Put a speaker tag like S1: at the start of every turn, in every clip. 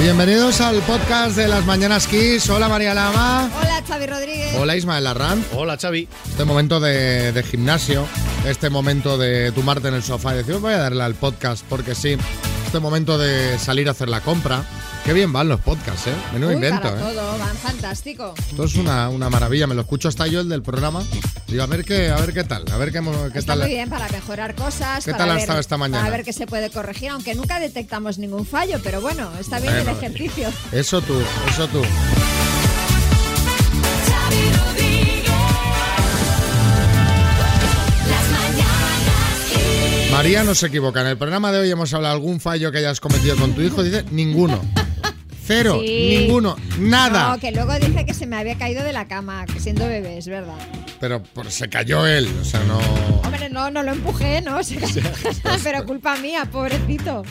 S1: Bienvenidos al podcast de las Mañanas Kiss. Hola María Lama.
S2: Hola Xavi Rodríguez.
S1: Hola Ismael Larran.
S3: Hola Xavi.
S1: Este momento de, de gimnasio, este momento de tumbarte en el sofá y decir, voy a darle al podcast porque sí. Este momento de salir a hacer la compra. Qué bien van los podcasts, ¿eh? Menudo
S2: Uy,
S1: invento,
S2: para
S1: ¿eh?
S2: todo, van fantástico.
S1: Esto es una, una maravilla, me lo escucho hasta yo el del programa. Digo, a ver qué, a ver qué tal, a ver qué, mo- qué
S2: Está
S1: tal.
S2: muy bien para mejorar cosas.
S1: ¿Qué
S2: para
S1: tal ha
S2: ver-
S1: estado esta mañana?
S2: Para ver qué se puede corregir, aunque nunca detectamos ningún fallo, pero bueno, está bien
S1: Bueno,
S2: el ejercicio.
S1: Eso tú, eso tú.
S4: Xavi Rodríguez. Las mañanas Kiss.
S1: María no se equivoca. En el programa de hoy hemos hablado de algún fallo que hayas cometido con tu hijo. Dice, ninguno. Cero,
S2: Sí.
S1: ninguno, nada.
S2: No, que luego dice que se me había caído de la cama siendo bebé, es verdad.
S1: Pero por- se cayó él, o sea, no.
S2: Hombre, no, no lo empujé, ¿no? Se- pero culpa mía, pobrecito.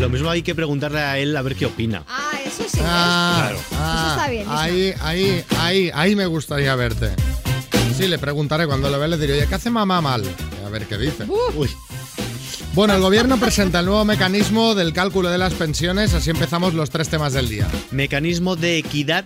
S3: Lo mismo hay que preguntarle a él a ver qué opina.
S2: Ah, eso sí.
S1: Ah,
S3: Claro.
S1: ah,
S2: Eso está bien, Isma.
S1: Ahí, ahí, ahí, ahí me gustaría verte. Sí, le preguntaré cuando lo vea, le diré, oye, ¿qué hace mamá mal? A ver qué dice.
S3: Uy,
S1: Bueno, el gobierno presenta el nuevo mecanismo del cálculo de las pensiones, así empezamos los tres temas del día.
S3: mecanismo de equidad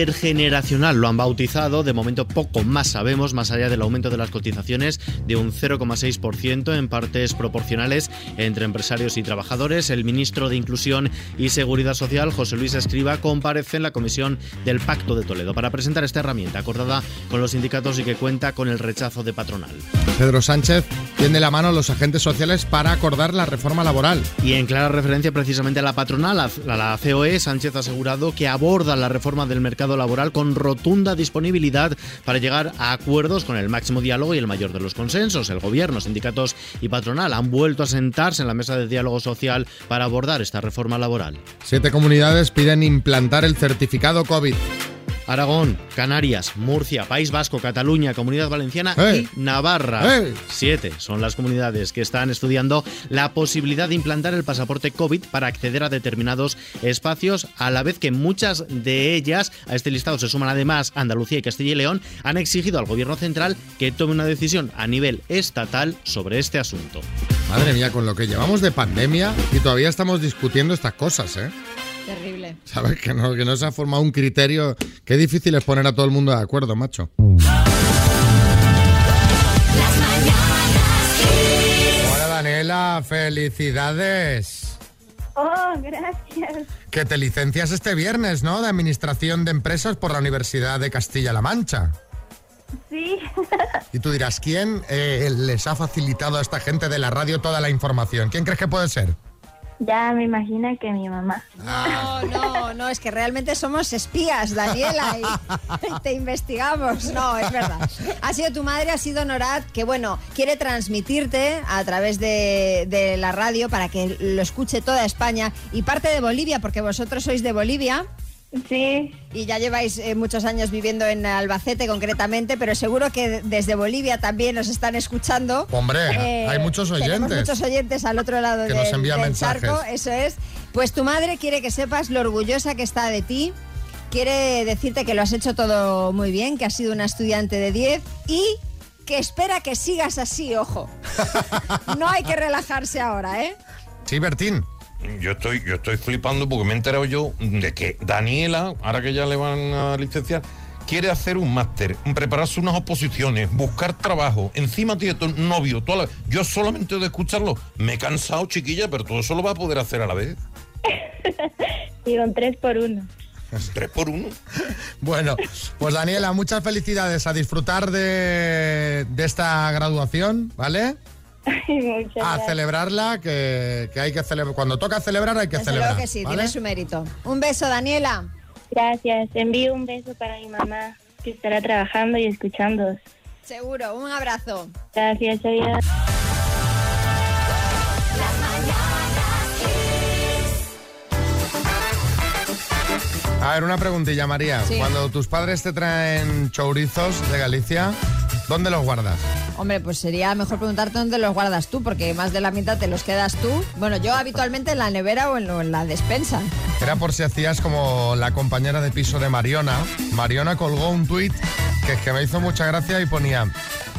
S3: intergeneracional, lo han bautizado, de momento poco más sabemos, más allá del aumento de las cotizaciones de un 0,6% en partes proporcionales entre empresarios y trabajadores. El ministro de Inclusión y Seguridad Social, José Luis Escriba, comparece en la comisión del Pacto de Toledo para presentar esta herramienta acordada con los sindicatos y que cuenta con el rechazo de patronal.
S1: Pedro Sánchez tiende la mano a los agentes sociales para acordar la reforma laboral.
S3: Y en clara referencia precisamente a la patronal, a la- la COE, Sánchez ha asegurado que aborda la reforma del mercado laboral con rotunda disponibilidad para llegar a acuerdos con el máximo diálogo y el mayor de los consensos. El gobierno, sindicatos y patronal han vuelto a sentarse en la mesa de diálogo social para abordar esta reforma laboral.
S1: Siete comunidades piden implantar el certificado COVID.
S3: Aragón, Canarias, Murcia, País Vasco, Cataluña, Comunidad Valenciana
S1: ¡Eh!
S3: y Navarra.
S1: ¡Eh!
S3: Siete son las comunidades que están estudiando la posibilidad de implantar el pasaporte COVID para acceder a determinados espacios, a la vez que muchas de ellas, a este listado se suman además Andalucía y Castilla y León, han exigido al Gobierno Central que tome una decisión a nivel estatal sobre este asunto.
S1: Madre mía, con lo que llevamos de pandemia y todavía estamos discutiendo estas cosas, ¿eh?
S2: Terrible.
S1: Sabes que no, que no se ha formado un criterio. Qué difícil es poner a todo el mundo de acuerdo, macho.
S4: Las mañanas Kiss.
S1: Hola, Daniela, felicidades.
S5: Oh, gracias.
S1: Que te licencias este viernes, ¿no? De Administración de Empresas por la Universidad de Castilla-La Mancha.
S5: Sí.
S1: Y tú dirás, ¿quién eh, les ha facilitado a esta gente de la radio toda la información? ¿Quién crees que puede ser?
S5: ya me imagino que mi mamá.
S2: No, no, no, es que realmente somos espías, Daniela, y te investigamos. No, es verdad. Ha sido tu madre, ha sido Norad, que bueno, quiere transmitirte a través de, de la radio para que lo escuche toda España y parte de Bolivia, porque vosotros sois de Bolivia.
S5: Sí,
S2: Y ya lleváis eh, muchos años viviendo en Albacete concretamente, pero seguro que desde Bolivia también nos están escuchando.
S1: Hombre,
S2: Eh,
S1: hay muchos
S2: tenemos
S1: oyentes.
S2: muchos oyentes al otro lado
S1: Que
S2: del,
S1: nos envían
S2: del
S1: mensajes.
S2: charco, eso es. Pues tu madre quiere que sepas lo orgullosa que está de ti, quiere decirte que lo has hecho todo muy bien, que has sido una estudiante de 10 y que espera que sigas así, ojo. No hay que relajarse ahora, ¿eh?
S1: Sí, Bertín.
S6: Yo estoy, yo estoy flipando porque me he enterado yo de que Daniela, ahora que ya le van a licenciar, quiere hacer un máster, prepararse unas oposiciones, buscar trabajo. Encima tiene to- novio. Toda la- yo solamente de escucharlo me he cansado, chiquilla, pero todo eso lo va a poder hacer a la vez.
S5: y un tres por uno.
S6: Tres por uno.
S1: Bueno, pues Daniela, muchas felicidades a disfrutar de, de esta graduación, ¿vale?
S5: Muchas
S1: A
S5: gracias.
S1: celebrarla, que, que hay que celebrar. Cuando toca celebrar, hay que
S2: Desde
S1: celebrar.
S2: luego que sí,
S1: ¿vale?
S2: tiene su mérito. Un beso, Daniela.
S5: Gracias. Envío un beso para mi mamá que estará trabajando y escuchando.
S2: Seguro, un abrazo.
S5: Gracias, adiós.
S4: Las mañanas Kiss.
S1: A ver, una preguntilla, María.
S2: Sí.
S1: Cuando tus padres te traen chourizos de Galicia, ¿dónde los guardas?
S2: Hombre, pues sería mejor preguntarte dónde los guardas tú, porque más de la mitad te los quedas tú. Bueno, yo habitualmente en la nevera o en, lo- en la despensa.
S1: Era por si hacías como la compañera de piso de Mariona. Mariona colgó un tuit que, que me hizo mucha gracia y ponía,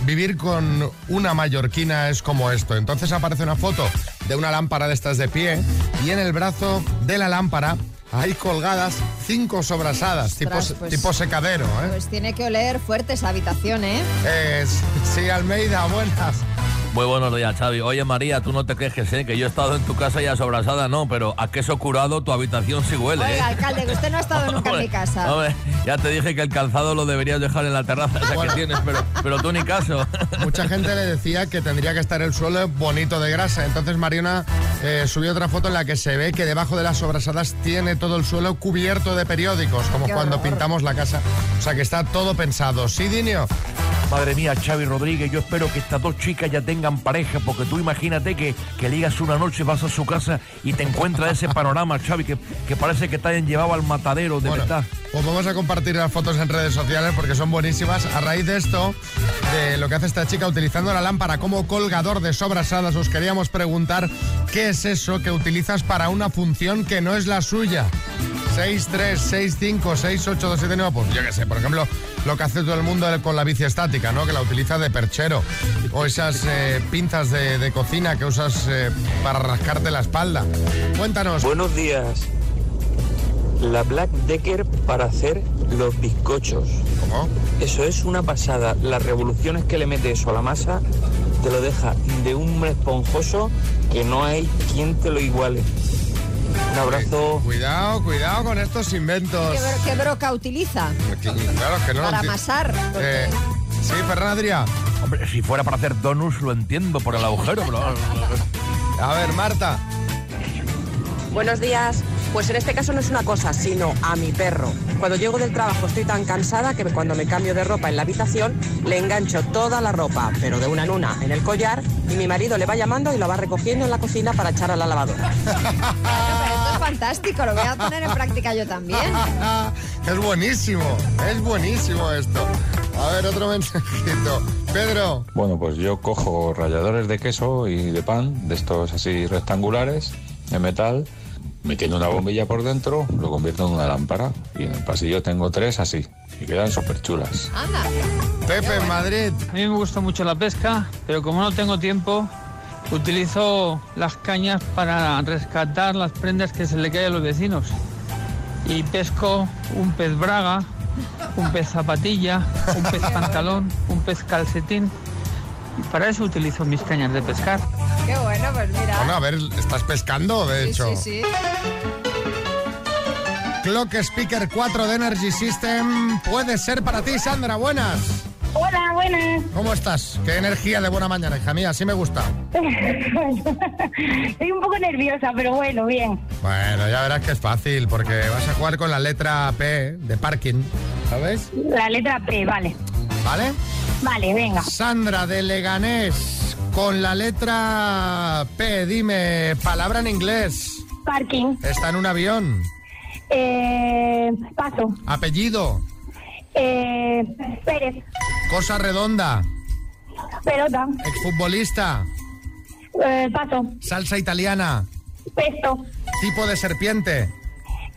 S1: vivir con una mallorquina es como esto. Entonces aparece una foto de una lámpara de estas de pie y en el brazo de la lámpara Hay colgadas cinco sobrasadas,
S2: Ostras,
S1: tipo,
S2: pues-
S1: tipo secadero, ¿eh?
S2: Pues tiene que oler fuerte esa habitación, ¿eh?
S1: Eh, sí, Almeida, buenas.
S7: Muy buenos días, Xavi. Oye, María, tú no te quejes, ¿eh? que yo he estado en tu casa ya sobrasada, no, pero a queso curado tu habitación sí huele. ¿eh?
S2: Oiga, alcalde, que usted no ha estado nunca en mi casa.
S7: Hombre, ya te dije que el calzado lo deberías dejar en la terraza esa
S1: Bueno.
S7: que tienes, pero, pero tú ni caso.
S1: Mucha gente le decía que tendría que estar el suelo bonito de grasa. Entonces Mariona eh, subió otra foto en la que se ve que debajo de las sobrasadas tiene todo el suelo cubierto de periódicos, como
S2: Qué
S1: cuando
S2: horror.
S1: pintamos la casa. O sea que está todo pensado. Sí, Dinio.
S7: Madre mía, Xavi Rodríguez, yo espero que estas dos chicas ya tengan pareja, porque tú imagínate que, que ligas una noche, vas a su casa y te encuentras ese panorama, Xavi, que, que parece que te hayan llevado al matadero, de
S1: Bueno,
S7: verdad.
S1: os vamos a compartir las fotos en redes sociales porque son buenísimas. A raíz de esto, de lo que hace esta chica utilizando la lámpara como colgador de sobrasadas, os queríamos preguntar qué es eso que utilizas para una función que no es la suya. 6, 3, 6, 5, 6, 8, 2, 7, 9, pues yo qué sé, por ejemplo, lo que hace todo el mundo con la bici estática, ¿no? Que la utiliza de perchero. O esas eh, pinzas de, de cocina que usas eh, para rascarte la espalda. Cuéntanos.
S8: Buenos días. La Black Decker para hacer los bizcochos.
S1: ¿Cómo?
S8: Eso es una pasada. Las revoluciones que le mete eso a la masa te lo deja de un esponjoso que no hay quien te lo iguale. Un abrazo.
S1: Cuidado, cuidado con estos inventos.
S2: ¿Qué, bro- qué broca utiliza
S1: Claro, es que no lo
S2: para
S1: enti-
S2: amasar? Porque-
S1: Eh, sí, Fernandria.
S7: Hombre, si fuera para hacer donuts lo entiendo por el agujero, pero...
S1: A ver, Marta.
S9: Buenos días. Pues en este caso no es una cosa, sino a mi perro. Cuando llego del trabajo estoy tan cansada que cuando me cambio de ropa en la habitación le engancho toda la ropa, pero de una en una, en el collar y mi marido le va llamando y la va recogiendo en la cocina para echar a la lavadora.
S2: Pero esto es fantástico, lo voy a poner en práctica yo también.
S1: es buenísimo, es buenísimo esto. A ver, otro mensajito. Pedro.
S10: Bueno, pues yo cojo ralladores de queso y de pan, de estos así rectangulares, de metal, metiendo una bombilla por dentro, lo convierto en una lámpara y en el pasillo tengo tres así y quedan súper chulas.
S2: Anda.
S1: Pepe en Madrid.
S8: A mí me gusta mucho la pesca, pero como no tengo tiempo, utilizo las cañas para rescatar las prendas que se le caen a los vecinos. Y pesco un pez braga, un pez zapatilla, Ah, un pez pantalón, un pez calcetín. Y para eso utilizo mis cañas de pescar.
S2: Qué bueno, pues
S1: Bueno,
S2: mira.
S1: a ver, estás pescando, de
S2: Sí, sí,
S1: hecho.
S2: sí.
S1: Clock Speaker 4 de Energy System puede ser para ti, Sandra. Buenas.
S5: Hola, buenas.
S1: ¿Cómo estás? Qué energía de buena mañana, hija mía. Así me gusta.
S5: Estoy un poco nerviosa, pero bueno, bien.
S1: Bueno, ya verás que es fácil porque vas a jugar con la letra P de parking, ¿sabes?
S5: La letra P, vale.
S1: ¿Vale?
S5: Vale, venga.
S1: Sandra de Leganés, con la letra P, dime, palabra en inglés.
S5: Parking.
S1: Está en un avión.
S5: Eh, paso.
S1: Apellido,
S5: Eh, Pérez.
S1: cosa redonda,
S5: Pelota.
S1: exfutbolista,
S5: Eh, paso.
S1: salsa italiana,
S5: Pesto.
S1: tipo de serpiente.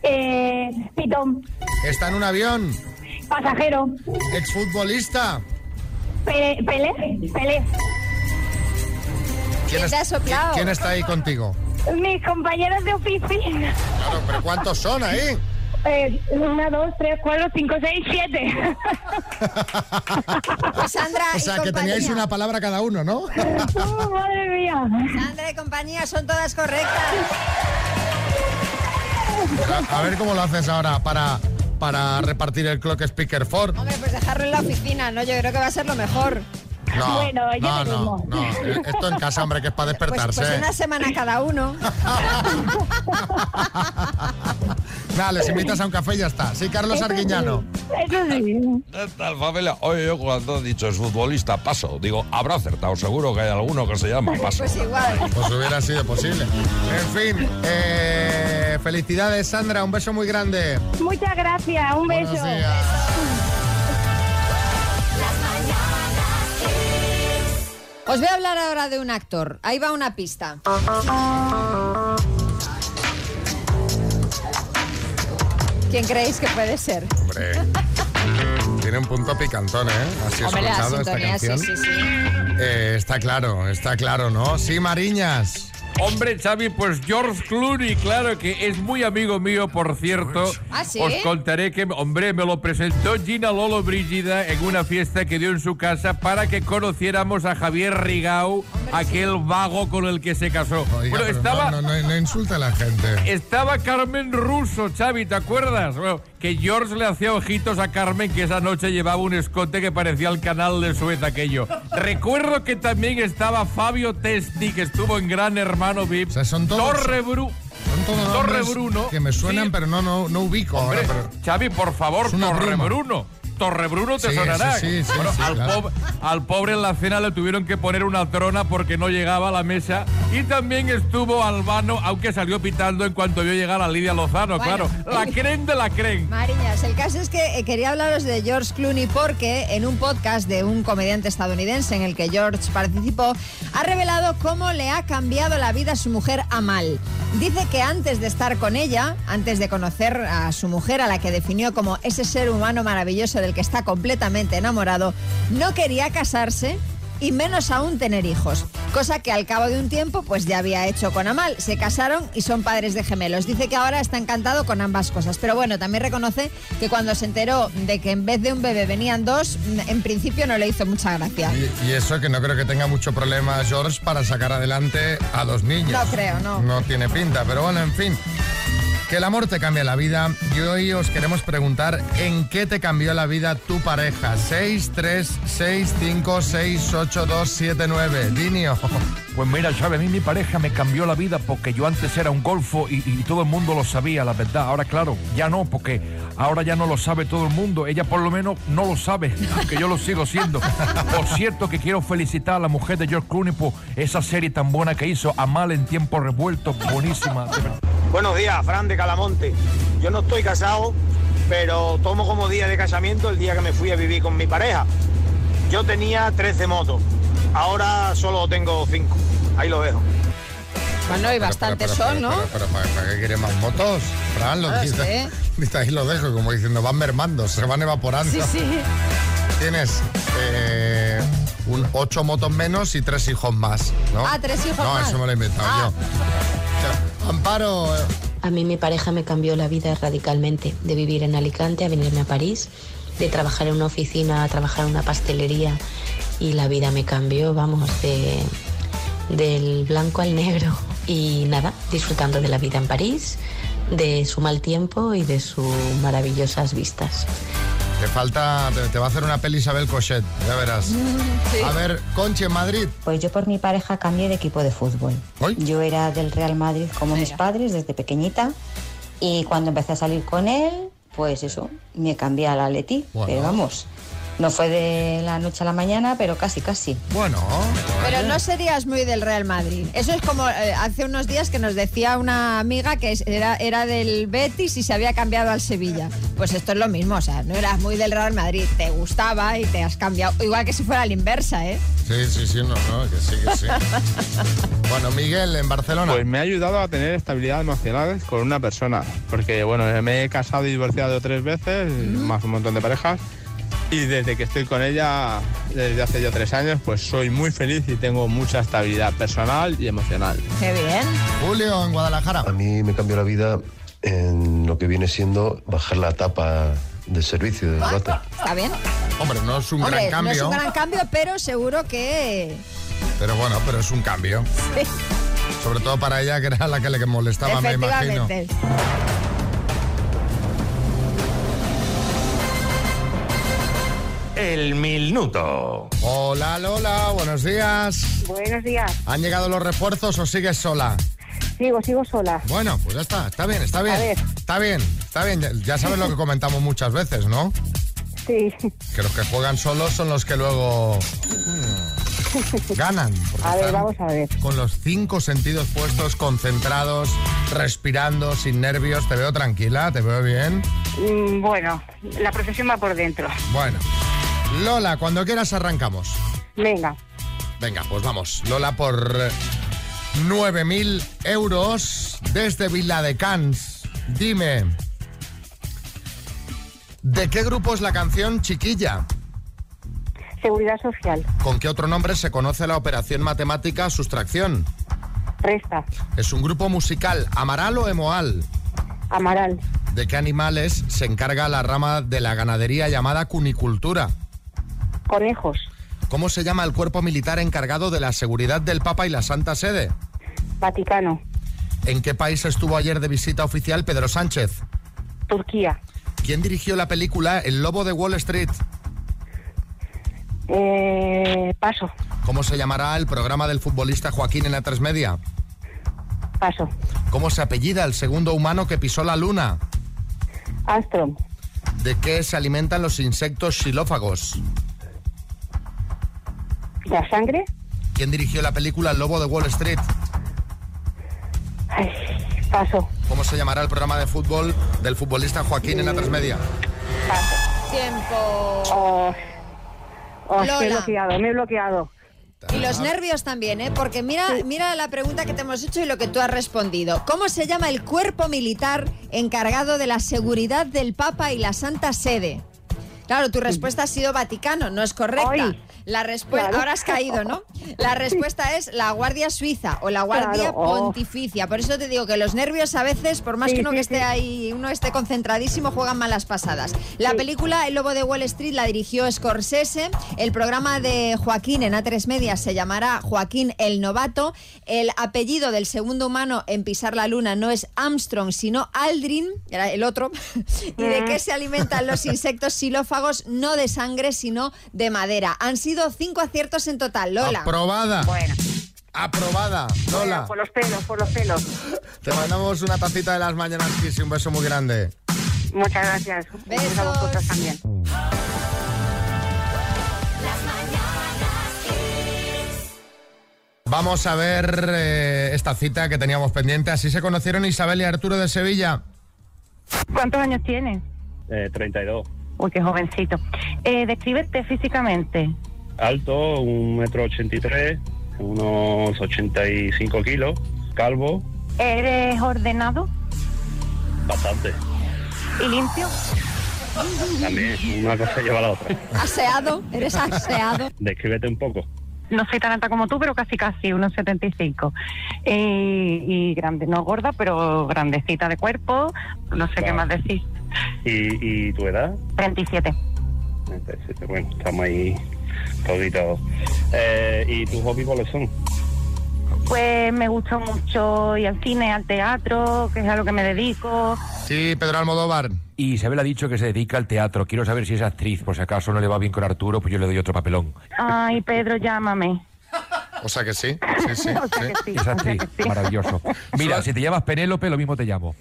S5: Eh, pitón.
S1: Está en un avión,
S5: Pasajero.
S1: exfutbolista.
S5: Pe- Pelé. Pelé.
S2: ¿Quién te ha soplado?
S1: ¿Quién está ahí contigo?
S5: Mis compañeros de oficina.
S1: Claro, pero ¿cuántos son ahí?
S5: Eh, una, dos, tres, cuatro, cinco, seis, siete.
S2: Pues Sandra
S1: O sea,
S2: y
S1: que teníais
S2: compañía.
S1: una palabra cada uno, ¿no?
S5: Oh, madre mía.
S2: Sandra y compañía son todas correctas.
S1: A, a ver cómo lo haces ahora para, para repartir el clock speaker 4.
S2: Hombre, pues dejarlo en la oficina, ¿no? Yo creo que va a ser lo mejor.
S1: No,
S5: Bueno, yo me
S1: no, no,
S5: animo.
S1: no. Eh, Esto en casa, hombre, que es para
S2: Pues,
S1: despertarse. ¿eh?
S2: pues una semana cada uno.
S1: Nada, les invitas a un café y ya está. Sí, Carlos Arguiñano.
S5: Eso sí.
S6: ¿Qué tal, Fabela? Oye, yo cuando has dicho es futbolista, paso. Digo, habrá acertado, seguro que hay alguno que se llama paso.
S2: Pues igual.
S1: Pues hubiera sido posible. En fin, eh, felicidades, Sandra. Un beso muy grande.
S5: Muchas gracias. Un beso.
S1: Buenos días.
S2: Os voy a hablar ahora de un actor. Ahí va una pista. ¿Quién creéis que puede ser?
S1: Hombre. Tiene un punto picantón, ¿eh? Así
S2: Hombre, la
S1: escuchado esta
S2: sintonía, sí,
S1: canción.
S2: sí, sí.
S1: Eh, está claro, está claro, ¿no? Sí, Mariñas.
S7: Hombre, Xavi, pues George Clooney, claro que es muy amigo mío, por cierto.
S2: ¿Ah, sí?
S7: Os contaré que, hombre, me lo presentó Gina Lolo Brígida en una fiesta que dio en su casa para que conociéramos a Javier Rigau, aquel vago con el que se casó.
S1: Oiga,
S7: bueno,
S1: pero
S7: estaba...
S1: no, no, no- no insulta a la gente.
S7: Estaba Carmen Russo, Xavi, ¿te acuerdas? Bueno, que George le hacía ojitos a Carmen que esa noche llevaba un escote que parecía el canal de Suez aquello. Recuerdo que también estaba Fabio Testi, que estuvo en Gran Hermano VIP.
S1: O sea, son todos-
S7: Torre Bru...
S1: Son todos
S7: Torre
S1: nombres
S7: Bruno.
S1: que me suenan,
S7: Sí.
S1: pero no, no, no ubico ahora.
S7: Hombre,
S1: pero-
S7: Xavi, por favor,
S1: Es una
S7: Torre
S1: broma.
S7: Bruno. Torre Bruno te
S1: Sí,
S7: sonará.
S1: sí, sí, sí,
S7: Bueno,
S1: sí,
S7: al,
S1: claro.
S7: pob- al pobre en la cena le tuvieron que poner una trona porque no llegaba a la mesa. Y también estuvo Albano, aunque salió pitando en cuanto vio llegar a Lidia Lozano,
S2: Bueno.
S7: claro. La creen de la creen.
S2: Mariñas, el caso es que eh, quería hablaros de George Clooney porque en un podcast de un comediante estadounidense en el que George participó, ha revelado cómo le ha cambiado la vida a su mujer Amal. Dice que antes de estar con ella, antes de conocer a su mujer, a la que definió como ese ser humano maravilloso del que está completamente enamorado, no quería casarse y menos aún tener hijos, cosa que al cabo de un tiempo pues ya había hecho con Amal. Se casaron y son padres de gemelos. Dice que ahora está encantado con ambas cosas, pero bueno, también reconoce que cuando se enteró de que en vez de un bebé venían dos, mm, en principio no le hizo mucha gracia.
S1: Y, y eso que no creo que tenga mucho problema George para sacar adelante a los niños.
S2: No creo, no.
S1: No tiene pinta, pero bueno, en fin. Que el amor te cambia la vida y hoy os queremos preguntar en qué te cambió la vida tu pareja. 636568279. Dinio.
S7: Pues mira, Xavi, a mí mi pareja me cambió la vida porque yo antes era un golfo y, y todo el mundo lo sabía, la verdad. Ahora, claro, ya no, porque ahora ya no lo sabe todo el mundo. Ella por lo menos no lo sabe, aunque yo lo sigo siendo. Por cierto, que quiero felicitar a la mujer de George Clooney por esa serie tan buena que hizo, Amal en tiempo revuelto, buenísima. de verdad.
S11: Buenos días, Fran de Calamonte. Yo no estoy casado, pero tomo como día de casamiento el día que me fui a vivir con mi pareja. Yo tenía 13 motos, ahora solo tengo 5. Ahí lo dejo.
S2: Bueno, y bastante
S1: Pero, pero,
S2: son, ¿no?
S1: Pero, pero, pero, ¿para qué quiere más motos? Fran, lo
S2: No lo
S1: dice.
S2: sé.
S1: dice, Ahí lo dejo, como diciendo, van mermando, se van evaporando.
S2: Sí, sí.
S1: Tienes eh, un ocho motos menos y tres hijos más, ¿no?
S2: Ah, tres hijos
S1: no,
S2: más.
S1: eso me lo he inventado
S2: Ah.
S1: yo. Amparo, eh,
S12: A mí mi pareja me cambió la vida radicalmente, de vivir en Alicante a venirme a París, de trabajar en una oficina a trabajar en una pastelería y la vida me cambió, vamos, de, del blanco al negro y nada, disfrutando de la vida en París, de su mal tiempo y de sus maravillosas vistas.
S1: te falta, te, te va a hacer una peli Isabel Cochet, ya verás. A ver, Conche en Madrid.
S12: Pues yo por mi pareja cambié de equipo de fútbol.
S1: Hoy.
S12: Yo era del Real Madrid como mis padres desde pequeñita y cuando empecé a salir con él, pues eso, me cambié al Atleti,
S1: Bueno.
S12: pero vamos, no fue de la noche a la mañana, pero casi, casi.
S1: Bueno,
S2: Pero no serías muy del Real Madrid. Eso es como eh, hace unos días que nos decía una amiga que es- era, era del Betis y se había cambiado al Sevilla. Pues esto es lo mismo, o sea, no eras muy del Real Madrid, te gustaba y te has cambiado. Igual que si fuera la inversa, ¿eh?
S1: sí, sí, sí, no, no, que sí, que sí. bueno, Miguel en Barcelona.
S11: Pues me ha ayudado a tener estabilidad emocional con una persona, porque bueno, me he casado y divorciado tres veces, más un montón de parejas, y desde que estoy con ella, desde hace ya tres años, pues soy muy feliz y tengo mucha estabilidad personal y emocional.
S2: Qué bien.
S1: Julio en Guadalajara.
S11: A mí me cambió la vida en lo que viene siendo bajar la tapa de servicio del bote.
S2: Está bien.
S1: Hombre, no es un
S2: Hombre,
S1: gran cambio,
S2: no es un gran cambio, pero seguro que
S1: pero bueno, pero es un cambio.
S2: Sí.
S1: Sobre todo para ella, que era la que le molestaba, me imagino.
S2: efectivamente.
S6: El minuto.
S1: Hola, Lola, buenos días.
S5: Buenos días.
S1: ¿Han llegado los refuerzos o sigues sola?
S5: Sigo, sigo sola.
S1: Bueno, pues ya está, está bien, está bien.
S5: A ver.
S1: Está bien, está bien. Ya, ya sabes lo que comentamos muchas veces, ¿no?
S5: Sí.
S1: Que los que juegan solos son los que luego mm, ganan. porque
S5: A ver,
S1: están
S5: vamos a ver.
S1: Con los cinco sentidos puestos, concentrados, respirando, sin nervios. Te veo tranquila, te veo bien.
S5: Mm, Bueno, la profesión va por dentro.
S1: Bueno. Lola, cuando quieras arrancamos.
S5: Venga,
S1: Venga, pues vamos. Lola por eh, 9.000 euros desde Viladecans. Dime, ¿de qué grupo es la canción Chiquilla?
S5: seguridad social,
S1: ¿Con qué otro nombre se conoce la operación matemática sustracción?
S5: Resta,
S1: Es un grupo musical, Amaral o Emoal.
S5: Amaral,
S1: ¿De qué animales se encarga la rama de la ganadería llamada cunicultura?
S5: Conejos,
S1: ¿Cómo se llama el cuerpo militar encargado de la seguridad del Papa y la Santa Sede?
S5: Vaticano,
S1: ¿En qué país estuvo ayer de visita oficial Pedro Sánchez?
S5: Turquía,
S1: ¿Quién dirigió la película El Lobo de Wall Street?
S5: eh, Paso,
S1: ¿Cómo se llamará el programa del futbolista Joaquín en la Media?
S5: Paso,
S1: ¿Cómo se apellida el segundo humano que pisó la luna?
S5: Armstrong,
S1: ¿De qué se alimentan los insectos xilófagos?
S5: La Sangre,
S1: ¿Quién dirigió la película El Lobo de Wall Street?
S5: ay, Paso,
S1: ¿Cómo se llamará el programa de fútbol del futbolista Joaquín en la Media?
S2: Tiempo.
S5: Oh, oh, me he
S2: Lola.
S5: bloqueado, me he bloqueado.
S2: Y
S1: Ah,
S2: los nervios también, ¿eh? Porque mira, mira la pregunta que te hemos hecho y lo que tú has respondido. ¿Cómo se llama el cuerpo militar encargado de la seguridad del Papa y la Santa Sede? Claro, tu respuesta ha sido Vaticano, no es correcta.
S5: Ay.
S2: la respuesta,
S5: Claro.
S2: ahora has caído, ¿no? La respuesta es la Guardia Suiza o la Guardia
S5: Claro, oh.
S2: Pontificia. Por eso te digo que los nervios a veces, por más
S5: Sí,
S2: que uno
S5: sí,
S2: que esté
S5: sí.
S2: ahí, uno esté concentradísimo, juegan malas pasadas. La
S5: Sí.
S2: película El Lobo de Wall Street la dirigió Scorsese. El programa de Joaquín en A3 Media se llamará Joaquín el Novato. El apellido del segundo humano en pisar la luna no es Armstrong, sino Aldrin, era el otro. ¿Y
S5: Mm.
S2: de qué se alimentan los insectos xilófagos? No de sangre, sino de madera. Han sido cinco aciertos en total, Lola.
S1: Aprobada.
S5: Bueno,
S1: Aprobada. Lola,
S5: por los pelos, por los pelos.
S1: te mandamos una tacita de las mañanas Kiss y un beso muy grande.
S5: Muchas gracias. Un beso
S2: Besos.
S5: a vosotros también.
S4: Las mañanas kiss.
S1: Vamos a ver eh, esta cita que teníamos pendiente. Así se conocieron Isabel y Arturo de Sevilla.
S5: ¿Cuántos años tienes?
S13: Eh, 32.
S5: Uy, qué jovencito. Eh, descríbete físicamente.
S13: Alto, 1,83m, unos 85 kilos, calvo,
S5: ¿Eres ordenado
S13: bastante.
S5: y limpio?
S13: También una cosa lleva a la otra.
S2: Aseado, eres aseado.
S13: Descríbete un poco.
S5: No soy tan alta como tú, pero casi casi, unos 75. Eh, y grande, no gorda, pero grandecita de cuerpo. No sé qué
S13: Claro.
S5: más decir.
S13: ¿Y, y tu edad?
S5: 37.
S13: Entonces, Bueno, estamos ahí poquito. Eh, ¿Y tus hobbies cuáles son?
S5: Pues me gusta mucho ir al cine, al teatro, que es a lo que me dedico.
S1: Sí, Pedro Almodóvar.
S7: Y Isabel ha dicho que se dedica al teatro. Quiero saber si es actriz, por si acaso no le va bien con Arturo, pues yo le doy otro papelón.
S5: Ay, Pedro, llámame.
S1: O sea que sí. Sí, sí.
S5: O sea que sí,
S7: Es
S5: o sea
S7: actriz,
S5: que sí.
S7: maravilloso. Mira, si te llamas Penélope, lo mismo te llamo.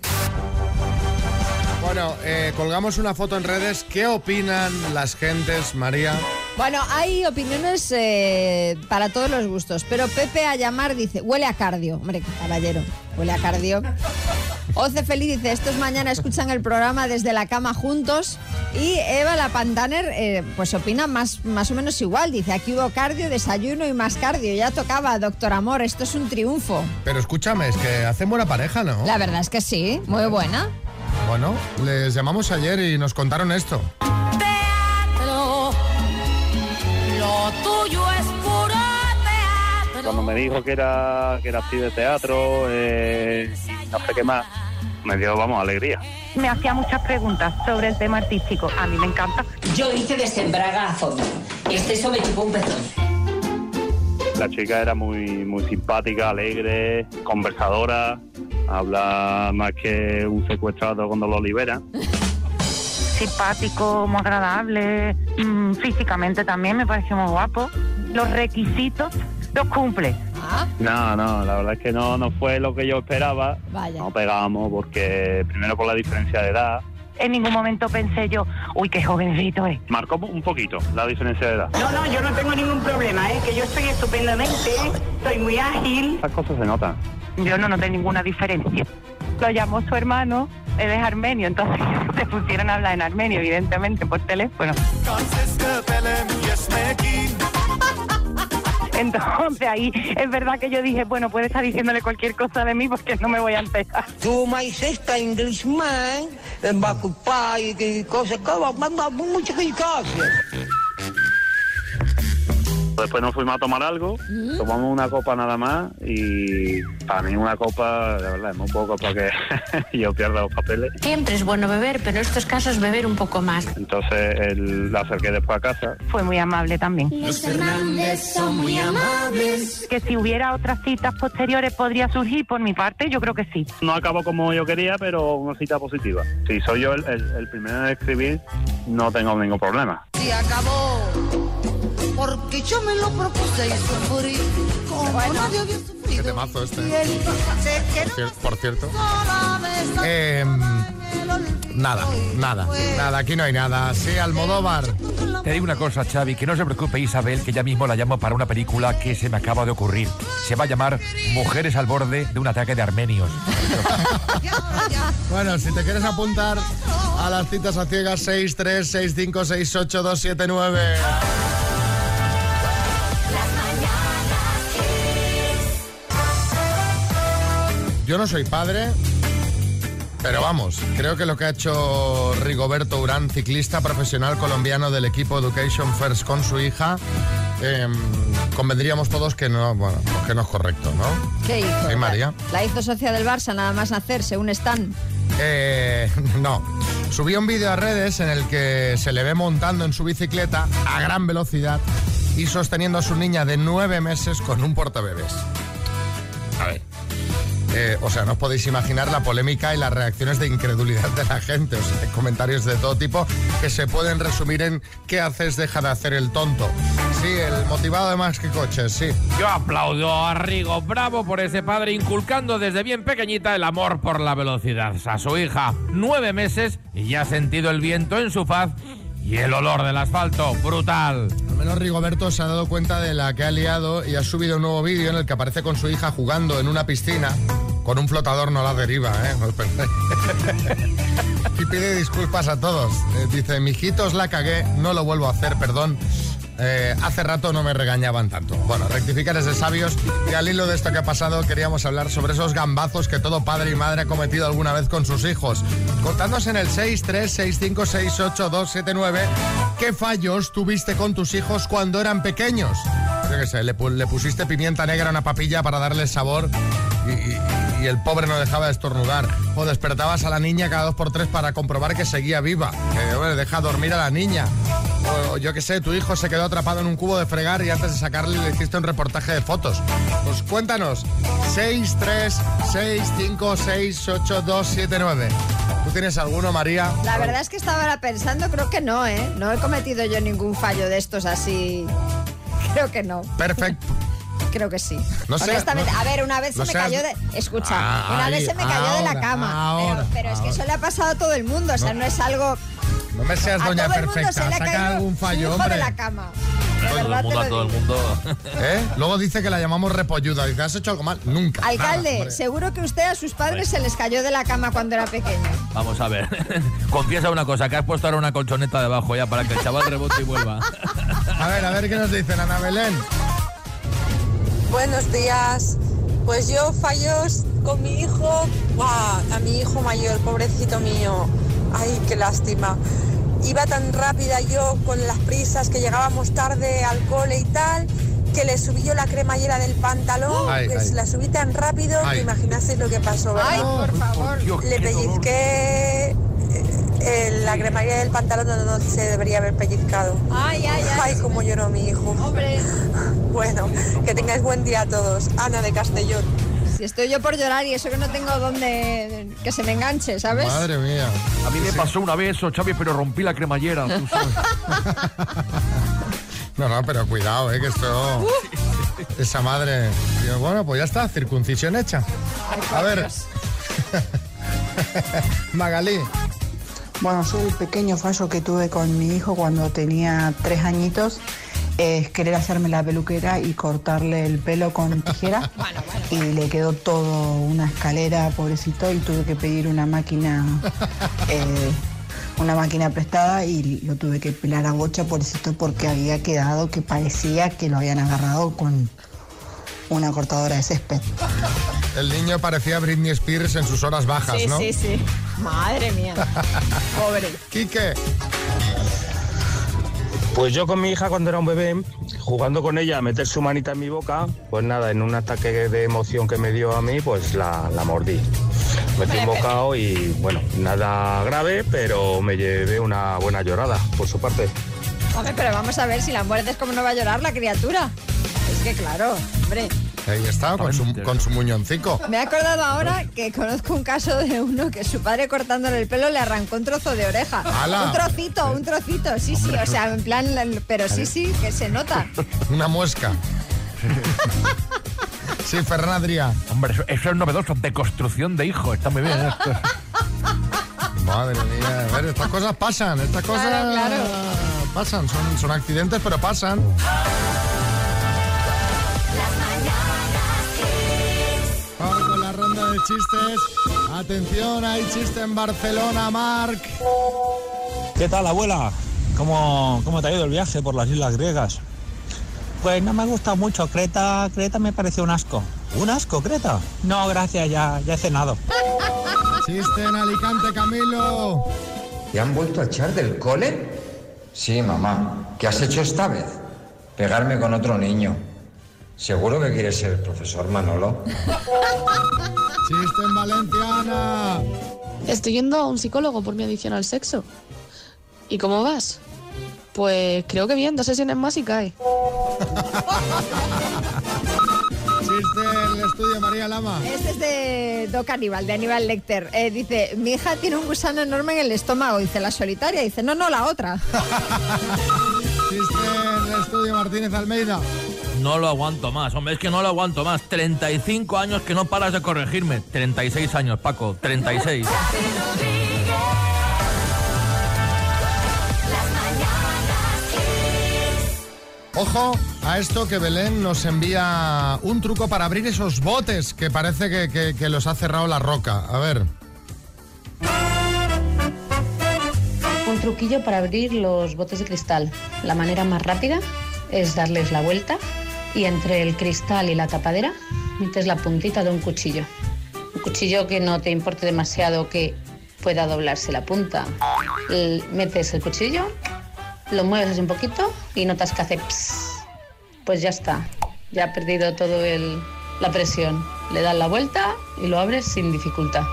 S1: Bueno, eh, colgamos una foto en redes. ¿Qué opinan las gentes, María?
S2: Bueno, hay opiniones eh, para todos los gustos, pero Pepe a llamar dice, huele a cardio, hombre, qué caballero, huele a cardio. Oce Feliz dice, estos mañana escuchan el programa desde la cama juntos. Y Eva la Pantaner, eh, pues opina más, más o menos igual, dice, aquí hubo cardio, desayuno y más cardio, ya tocaba, doctor amor, esto es un triunfo.
S1: Pero escúchame, es que hacen buena pareja, ¿no?
S2: La verdad es que sí, muy buena.
S1: Bueno, les llamamos ayer y nos contaron esto.
S4: Teatro. Lo tuyo es puro
S13: Cuando
S4: teatro.
S13: me dijo que era, que era actriz de teatro, eh, no sé qué más, me dio, vamos, alegría.
S5: Me hacía muchas preguntas sobre el tema artístico. A mí me encanta.
S14: Yo hice desembraga a fondo. Y este eso me chupó un pezón.
S13: La chica era muy, muy simpática, alegre, conversadora, habla más que un secuestrado cuando lo libera.
S5: Simpático, muy agradable. mm, físicamente también me pareció muy guapo. Los requisitos los cumple.
S2: Ah,
S13: No, no, la verdad es que no, no fue lo que yo esperaba.
S2: vaya.
S13: No pegamos porque, primero por la diferencia de edad,
S5: En ningún momento pensé yo, uy, qué jovencito es.
S13: marcó un poquito la diferencia de edad.
S9: No, no, yo no tengo ningún problema, ¿eh? que yo estoy estupendamente, soy muy ágil.
S13: Esas cosas se notan.
S5: Yo no noté ninguna diferencia. Lo llamó su hermano, él es armenio, entonces se pusieron a hablar en armenio, evidentemente, por teléfono. Entonces ahí es verdad que yo dije, bueno, puede estar diciéndole cualquier cosa de mí porque no me voy a enterar.
S9: Tu maíz esta inglesman, en Bacupay, y cosas, como manda muchas cosas.
S13: Después nos fuimos a tomar algo, tomamos una copa nada más y para mí una copa, la verdad, es muy poco porque yo pierdo los papeles.
S15: Siempre es bueno beber, pero en estos casos beber un poco más.
S13: Entonces él, la acerqué después a casa.
S5: Fue muy amable también.
S4: Los Fernández son muy amables.
S5: Que si hubiera otras citas posteriores podría surgir por mi parte, yo creo que sí.
S13: No acabó como yo quería, pero una cita positiva. Si soy yo el, el- el primero en escribir, no tengo ningún problema.
S4: Se acabó. Porque yo me lo propuse y sufrí. Como nadie había sufrido.
S1: Qué temazo este.
S4: Sé que
S1: Por, cier- por cierto.
S4: sola me está-
S1: Eh, nada, nada, nada, aquí no hay nada. Sí, Almodóvar.
S7: Te digo una cosa, Xavi, que no se preocupe Isabel, que ya mismo la llamo para una película que se me acaba de ocurrir. Se va a llamar Mujeres al borde de un ataque de armenios.
S1: Bueno, si te quieres apuntar a las citas a ciegas 636568279. Yo no soy padre, pero vamos, creo que lo que ha hecho Rigoberto Urán, ciclista profesional colombiano del equipo Education First con su hija, eh, convendríamos todos que no, bueno, pues que no es correcto, ¿no?
S2: ¿Qué hizo?
S1: Sí, María.
S2: La hizo socia del Barça nada más nacer, según están.
S1: Eh, no. Subió un vídeo a redes en el que se le ve montando en su bicicleta a gran velocidad y sosteniendo a su niña de nueve meses con un portabebés. A ver. Eh, o sea, no os podéis imaginar la polémica y las reacciones de incredulidad de la gente, o sea, comentarios de todo tipo que se pueden resumir en ¿qué haces? Deja de hacer el tonto. Sí, el motivado de más que coches, sí.
S16: Yo aplaudo a Rigo Bravo por ese padre inculcando desde bien pequeñita el amor por la velocidad a su hija. Nueve meses y ya ha sentido el viento en su faz y el olor del asfalto. Brutal.
S1: Al menos Rigoberto se ha dado cuenta de la que ha liado y ha subido un nuevo vídeo en el que aparece con su hija jugando en una piscina. Con un flotador no la deriva, ¿eh? No os penséis. y pide disculpas a todos. Eh, dice, mijitos, la cagué, no lo vuelvo a hacer, perdón. Eh, hace rato no me regañaban tanto. Bueno, rectificar es de sabios. Y al hilo de esto que ha pasado, queríamos hablar sobre esos gambazos que todo padre y madre ha cometido alguna vez con sus hijos. Contanos en el 636568279 qué fallos tuviste con tus hijos cuando eran pequeños. Yo qué sé, le, pu- le pusiste pimienta negra a una papilla para darle sabor y, y- y el pobre no dejaba de estornudar. O despertabas a la niña cada dos por tres para comprobar que seguía viva. Que, hombre, deja dormir a la niña. O yo qué sé, tu hijo se quedó atrapado en un cubo de fregar y antes de sacarle le hiciste un reportaje de fotos. Pues cuéntanos. 6, 3, 6, 5, 6, 8, 2, 7, 9. ¿Tú tienes alguno, María?
S2: La verdad es que estaba ahora pensando, creo que no, ¿eh? No he cometido yo ningún fallo de estos así. Creo que no.
S1: Perfecto.
S2: Creo que sí.
S1: No seas-
S2: Honestamente,
S1: no-
S2: a ver, una vez
S1: no
S2: se me
S1: seas-
S2: cayó de. Escucha,
S1: Ah,
S2: una
S1: ahí,
S2: vez se me cayó de
S1: ahora,
S2: la cama.
S1: ahora,
S2: pero pero es que
S1: ahora.
S2: eso le ha pasado a todo el mundo, o sea, no, es algo.
S1: No me seas
S2: a
S1: doña
S2: todo el mundo se
S1: perfecta.
S2: le ha
S1: Saca
S2: caído
S1: algún
S2: su
S1: fallo,
S2: hijo
S1: hombre.
S2: de la cama.
S7: A todo el mundo, a todo el mundo.
S1: ¿Eh? Luego dice que la llamamos repolluda. Dice, ¿has hecho algo mal? Nunca. nada,
S2: Alcalde,
S1: hombre.
S2: seguro que usted a sus padres se les cayó de la cama cuando era pequeño.
S7: Vamos a ver. Confiesa una cosa, que has puesto ahora una colchoneta debajo ya para que el chaval rebote y vuelva.
S1: A ver, a ver qué nos dicen, Ana Belén.
S17: Buenos días. Pues yo fallos con mi hijo, ¡buah! a mi hijo mayor, pobrecito mío. Ay, qué lástima. Iba tan rápida yo con las prisas que llegábamos tarde al cole y tal, que le subí yo la cremallera del pantalón,
S4: Ay,
S17: que
S4: ay.
S17: la subí tan rápido
S4: Ay.
S17: que imaginaseis lo que pasó. ¿verdad?
S4: Ay, por favor. Dios,
S17: le
S4: qué dolor.
S17: pellizqué eh, eh, la cremallera del pantalón donde no se debería haber pellizcado.
S2: Ay, ay,
S17: ay. Ay, cómo lloró mi hijo. Bueno, que tengáis buen día a todos. Ana de Castellón.
S2: Si estoy yo por llorar y eso que no tengo donde que se me enganche, ¿sabes?
S1: mía.
S7: A mí me pasó una vez eso, Xavi, pero rompí la cremallera. tú sabes.
S1: No, no, pero cuidado, eh, que esto. Esa madre. Digo, bueno, pues ya está, circuncisión hecha. A ver. Magalí.
S18: Bueno, yo el pequeño fallo que tuve con mi hijo cuando tenía tres añitos es querer hacerme la peluquera y cortarle el pelo con tijera. Y le quedó todo una escalera, pobrecito, y tuve que pedir una máquina, eh, una máquina prestada y lo tuve que pelar a bocha, pobrecito, porque había quedado que parecía que lo habían agarrado con una cortadora de césped.
S1: El niño parecía Britney Spears en sus horas bajas,
S2: sí,
S1: ¿no?
S2: sí, sí. Madre mía. Pobre.
S1: Quique.
S19: Pues yo con mi hija cuando era un bebé
S13: jugando con ella a meter su manita en mi boca, pues nada, en un ataque de emoción que me dio a mí, pues la, la mordí. Metí un bocado y bueno, nada grave, pero me llevé una buena llorada por su parte.
S2: Hombre, pero vamos a ver si la muerdes, ¿cómo no va a llorar la criatura? Es que claro, hombre.
S1: Ahí está, con su, con su muñoncico.
S2: Me he acordado ahora que conozco un caso de uno que su padre cortándole el pelo le arrancó un trozo de oreja.
S1: ¡Hala!
S2: Un trocito, un trocito, sí, sí, o sea, en plan, la- pero sí, sí, que se nota.
S1: Una muesca. Sí, Fernandria.
S20: Hombre, eso, eso es novedoso. Deconstrucción de hijos. Está muy bien esto.
S1: Madre mía, a ver, estas cosas pasan, estas cosas pasan, son, son accidentes, pero pasan. Vamos con la ronda de chistes. Atención, hay chiste en Barcelona, Marc.
S8: ¿Qué tal, abuela? ¿Cómo, ¿Cómo te ha ido el viaje por las islas griegas? Pues no me gusta mucho. Creta, Creta me pareció un asco. ¿Un asco, Creta? No, gracias, ya, ya he cenado.
S1: Chiste en Alicante, Camilo.
S10: ¿Te han vuelto a echar del cole? Sí, mamá. ¿Qué has hecho esta vez? Pegarme con otro niño. Seguro que quieres ser el profesor Manolo.
S1: Chiste en Valenciana.
S5: Estoy yendo a un psicólogo por mi adicción al sexo. ¿Y cómo vas? Pues creo que bien, dos sesiones más y cae.
S1: Chiste en el estudio, María Lama.
S2: Este es de Doc Aníbal, de Aníbal Lecter. Eh, dice, mi hija tiene un gusano enorme en el estómago. Dice, la solitaria. Dice, no, no, la otra.
S1: Chiste en el estudio, Martínez Almeida.
S20: No lo aguanto más, hombre, es que no lo aguanto más. 35 años que no paras de corregirme. 36 años, Paco, 36.
S1: Ojo a esto que Belén nos envía un truco para abrir esos botes que parece que, que- que los ha cerrado la roca. A ver.
S21: Un truquillo para abrir los botes de cristal. La manera más rápida es darles la vuelta y entre el cristal y la tapadera metes la puntita de un cuchillo. Un cuchillo que no te importe demasiado que pueda doblarse la punta. L- metes el cuchillo, lo mueves así un poquito y notas que hace ps. Pues ya está. Ya ha perdido todo el- la presión. Le das la vuelta y lo abres sin dificultad.